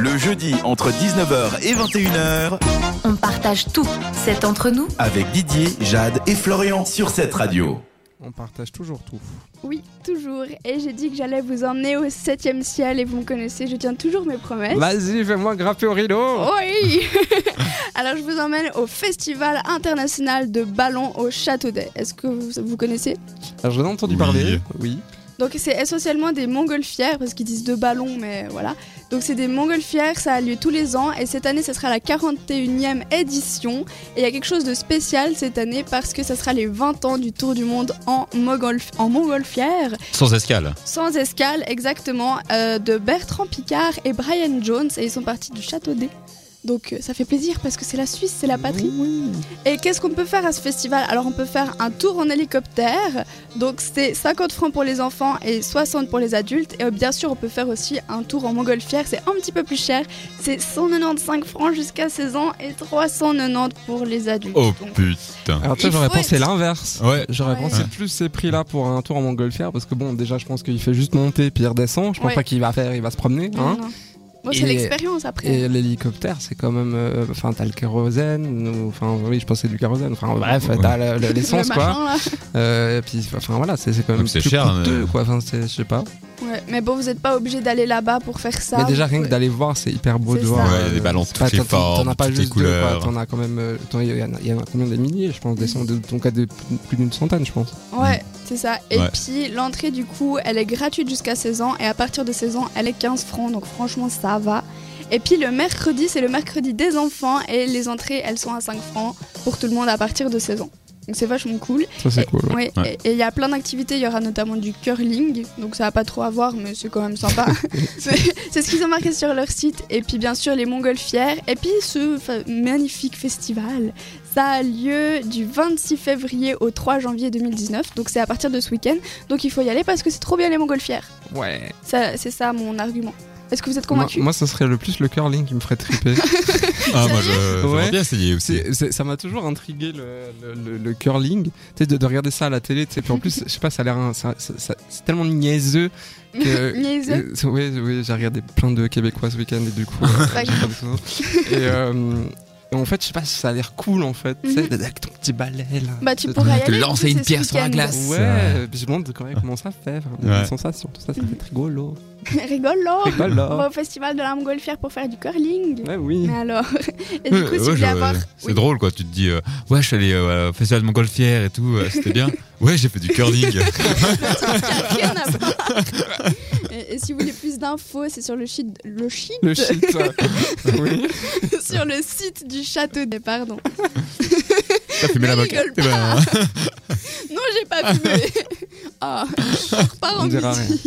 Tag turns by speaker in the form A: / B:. A: Le jeudi, entre 19h et 21h,
B: On partage tout. C'est entre nous.
A: avec Didier, Jade et Florian sur cette radio.
C: On partage toujours tout.
D: Oui, toujours. Et j'ai dit que j'allais vous emmener au 7ème ciel et vous me connaissez, je tiens toujours mes promesses.
C: Vas-y, fais-moi grimper au rideau.
D: Oh. Oui Alors je vous emmène au Festival international de ballons au Château d'Ay. Est-ce que vous, vous connaissez
C: Alors, j'en ai entendu
E: Oui.
C: parler. Oui.
D: Donc c'est essentiellement des montgolfières, parce qu'ils disent de ballons, mais voilà. Donc c'est des montgolfières, ça a lieu tous les ans, et cette année, ça sera la 41e édition. Et il y a quelque chose de spécial cette année, parce que ça sera les 20 ans du Tour du Monde en, mogolf- en montgolfière.
E: Sans escale.
D: Sans escale, exactement, euh, de Bertrand Picard et Brian Jones, et ils sont partis du Château d'Ay. Donc euh, ça fait plaisir parce que c'est la Suisse, c'est la patrie. Et qu'est-ce qu'on peut faire à ce festival Alors on peut faire un tour en hélicoptère, donc c'est 50 francs pour les enfants et 60 pour les adultes. Et euh, bien sûr on peut faire aussi un tour en montgolfière, c'est un petit peu plus cher, c'est 195 francs jusqu'à 16 ans et 390 pour les adultes.
E: Oh
D: Donc,
E: putain.
C: Alors, tu sais,
D: Il
C: j'aurais
D: faut
C: pensé
D: être-
C: l'inverse.
E: Ouais.
C: J'aurais
D: Ouais.
C: pensé plus ces prix-là pour un tour en montgolfière parce que bon, déjà, je pense qu'il fait juste monter puis il redescend. Je pense
D: Ouais.
C: pas qu'il va faire, il va se promener.
D: non,
C: Hein
D: non. Bon,
C: Et-
D: c'est l'expérience après.
C: Et l'hélicoptère, c'est quand même. euh, Enfin, t'as le kérosène, ou- enfin, oui, je pense que c'est du kérosène. Enfin, bref, t'as le- le-
D: Le
C: l'essence, quoi.
D: machin, là.
C: Euh, et puis, enfin, voilà, c'est c'est quand même
E: Donc, c'est
C: plus
E: cher, Ah, mais-
C: coûteux, quoi. Enfin, c'est- je sais pas.
D: Ouais, mais bon, vous n'êtes pas obligé d'aller là-bas pour faire ça.
C: mais déjà, rien que
D: Ouais.
C: d'aller voir, c'est hyper beau de
D: C'est
C: voir. euh,
D: ça.
E: Ouais, des ballons de
C: c'est pas-
E: toutes les
C: t'en- t'en- T'en as
E: formes,
C: pas
E: toutes les
C: juste deux, quoi.
E: couleurs.
C: T'en as quand même. euh, t'en- Il y, en a- il y en a combien des milliers, je pense, des cent- de- en tout cas, de plus d'une centaine, je pense.
D: Ouais, c'est ça. Et
E: Ouais.
D: puis l'entrée du coup, elle est gratuite jusqu'à 16 ans et à partir de 16 ans, elle est 15 francs. Donc franchement, ça va. Et puis le mercredi, c'est le mercredi des enfants et les entrées, elles sont à 5 francs pour tout le monde à partir de 16 ans. Donc c'est vachement cool.
C: Ça, c'est
D: Et-
C: cool. ouais.
D: Ouais,
E: Ouais.
D: Et et il y a plein d'activités, il y aura notamment du curling, donc ça va pas trop à voir, mais c'est quand même sympa. Mais c'est ce qu'ils ont marqué sur leur site. Et puis bien sûr les montgolfières. Et puis ce fa- magnifique festival, ça a lieu du 26 février au 3 janvier 2019, donc c'est à partir de ce week-end. Donc il faut y aller parce que c'est trop bien les montgolfières.
C: Ouais.
D: Ça- C'est ça mon argument. Est-ce que vous êtes
C: Moi,
D: convaincu
C: moi, ce serait le plus le curling qui me ferait triper.
E: Ah, moi, je.
C: Ouais.
E: j'aurais bien essayé aussi.
C: C'est- c'est- ça m'a toujours intrigué le, le- le- le curling, tu sais, de, de regarder ça à la télé, tu sais, puis en plus, je sais pas, ça a l'air, un- ça- ça- ça- c'est tellement niaiseux que,
D: Niaiseux.
C: Euh, c'est- ouais, ouais, j'ai regardé plein de Québécois ce week-end et du coup, euh,
D: Pas
C: j'ai pas de soucis. et, euh, et en fait, je sais pas, ça a l'air cool en fait, tu sais, avec ton petit balai là.
D: Mhm. Bah tu
C: De-
D: pourras y aller. du
F: lancer
D: coup,
F: une
D: c'est ce
F: pierre sur la
D: week-end.
F: glace.
C: Ouais, puis je me demande quand même comment ça fait, vraiment,
E: Ouais.
C: les sensations, tout ça, ça fait rigolo.
D: Rigole, là. On va
C: Rigolo.
D: au festival de la montgolfière pour faire du curling.
C: Oh. Ouais, oui.
D: Mais alors Et du
E: Ouais,
D: coup, si vous
E: ouais,
D: voulez
E: je-
D: avoir.
E: C'est
D: Oui.
E: drôle quoi, tu te dis euh, ouais je suis allé euh, au festival de montgolfière et tout, euh, c'était bien. Ouais j'ai fait du curling.
D: Rien à voir. et, et si vous voulez plus d'infos, c'est sur le site, le site,
C: Le shit. oui.
D: sur le site du château des pardon.
E: T'as fumé la
D: Ne
E: moquette.
C: eh
E: Eh
C: ben.
E: ben,
D: rigole pas. Non, j'ai pas fumé. Ah, je repars en
C: On dira
D: midi.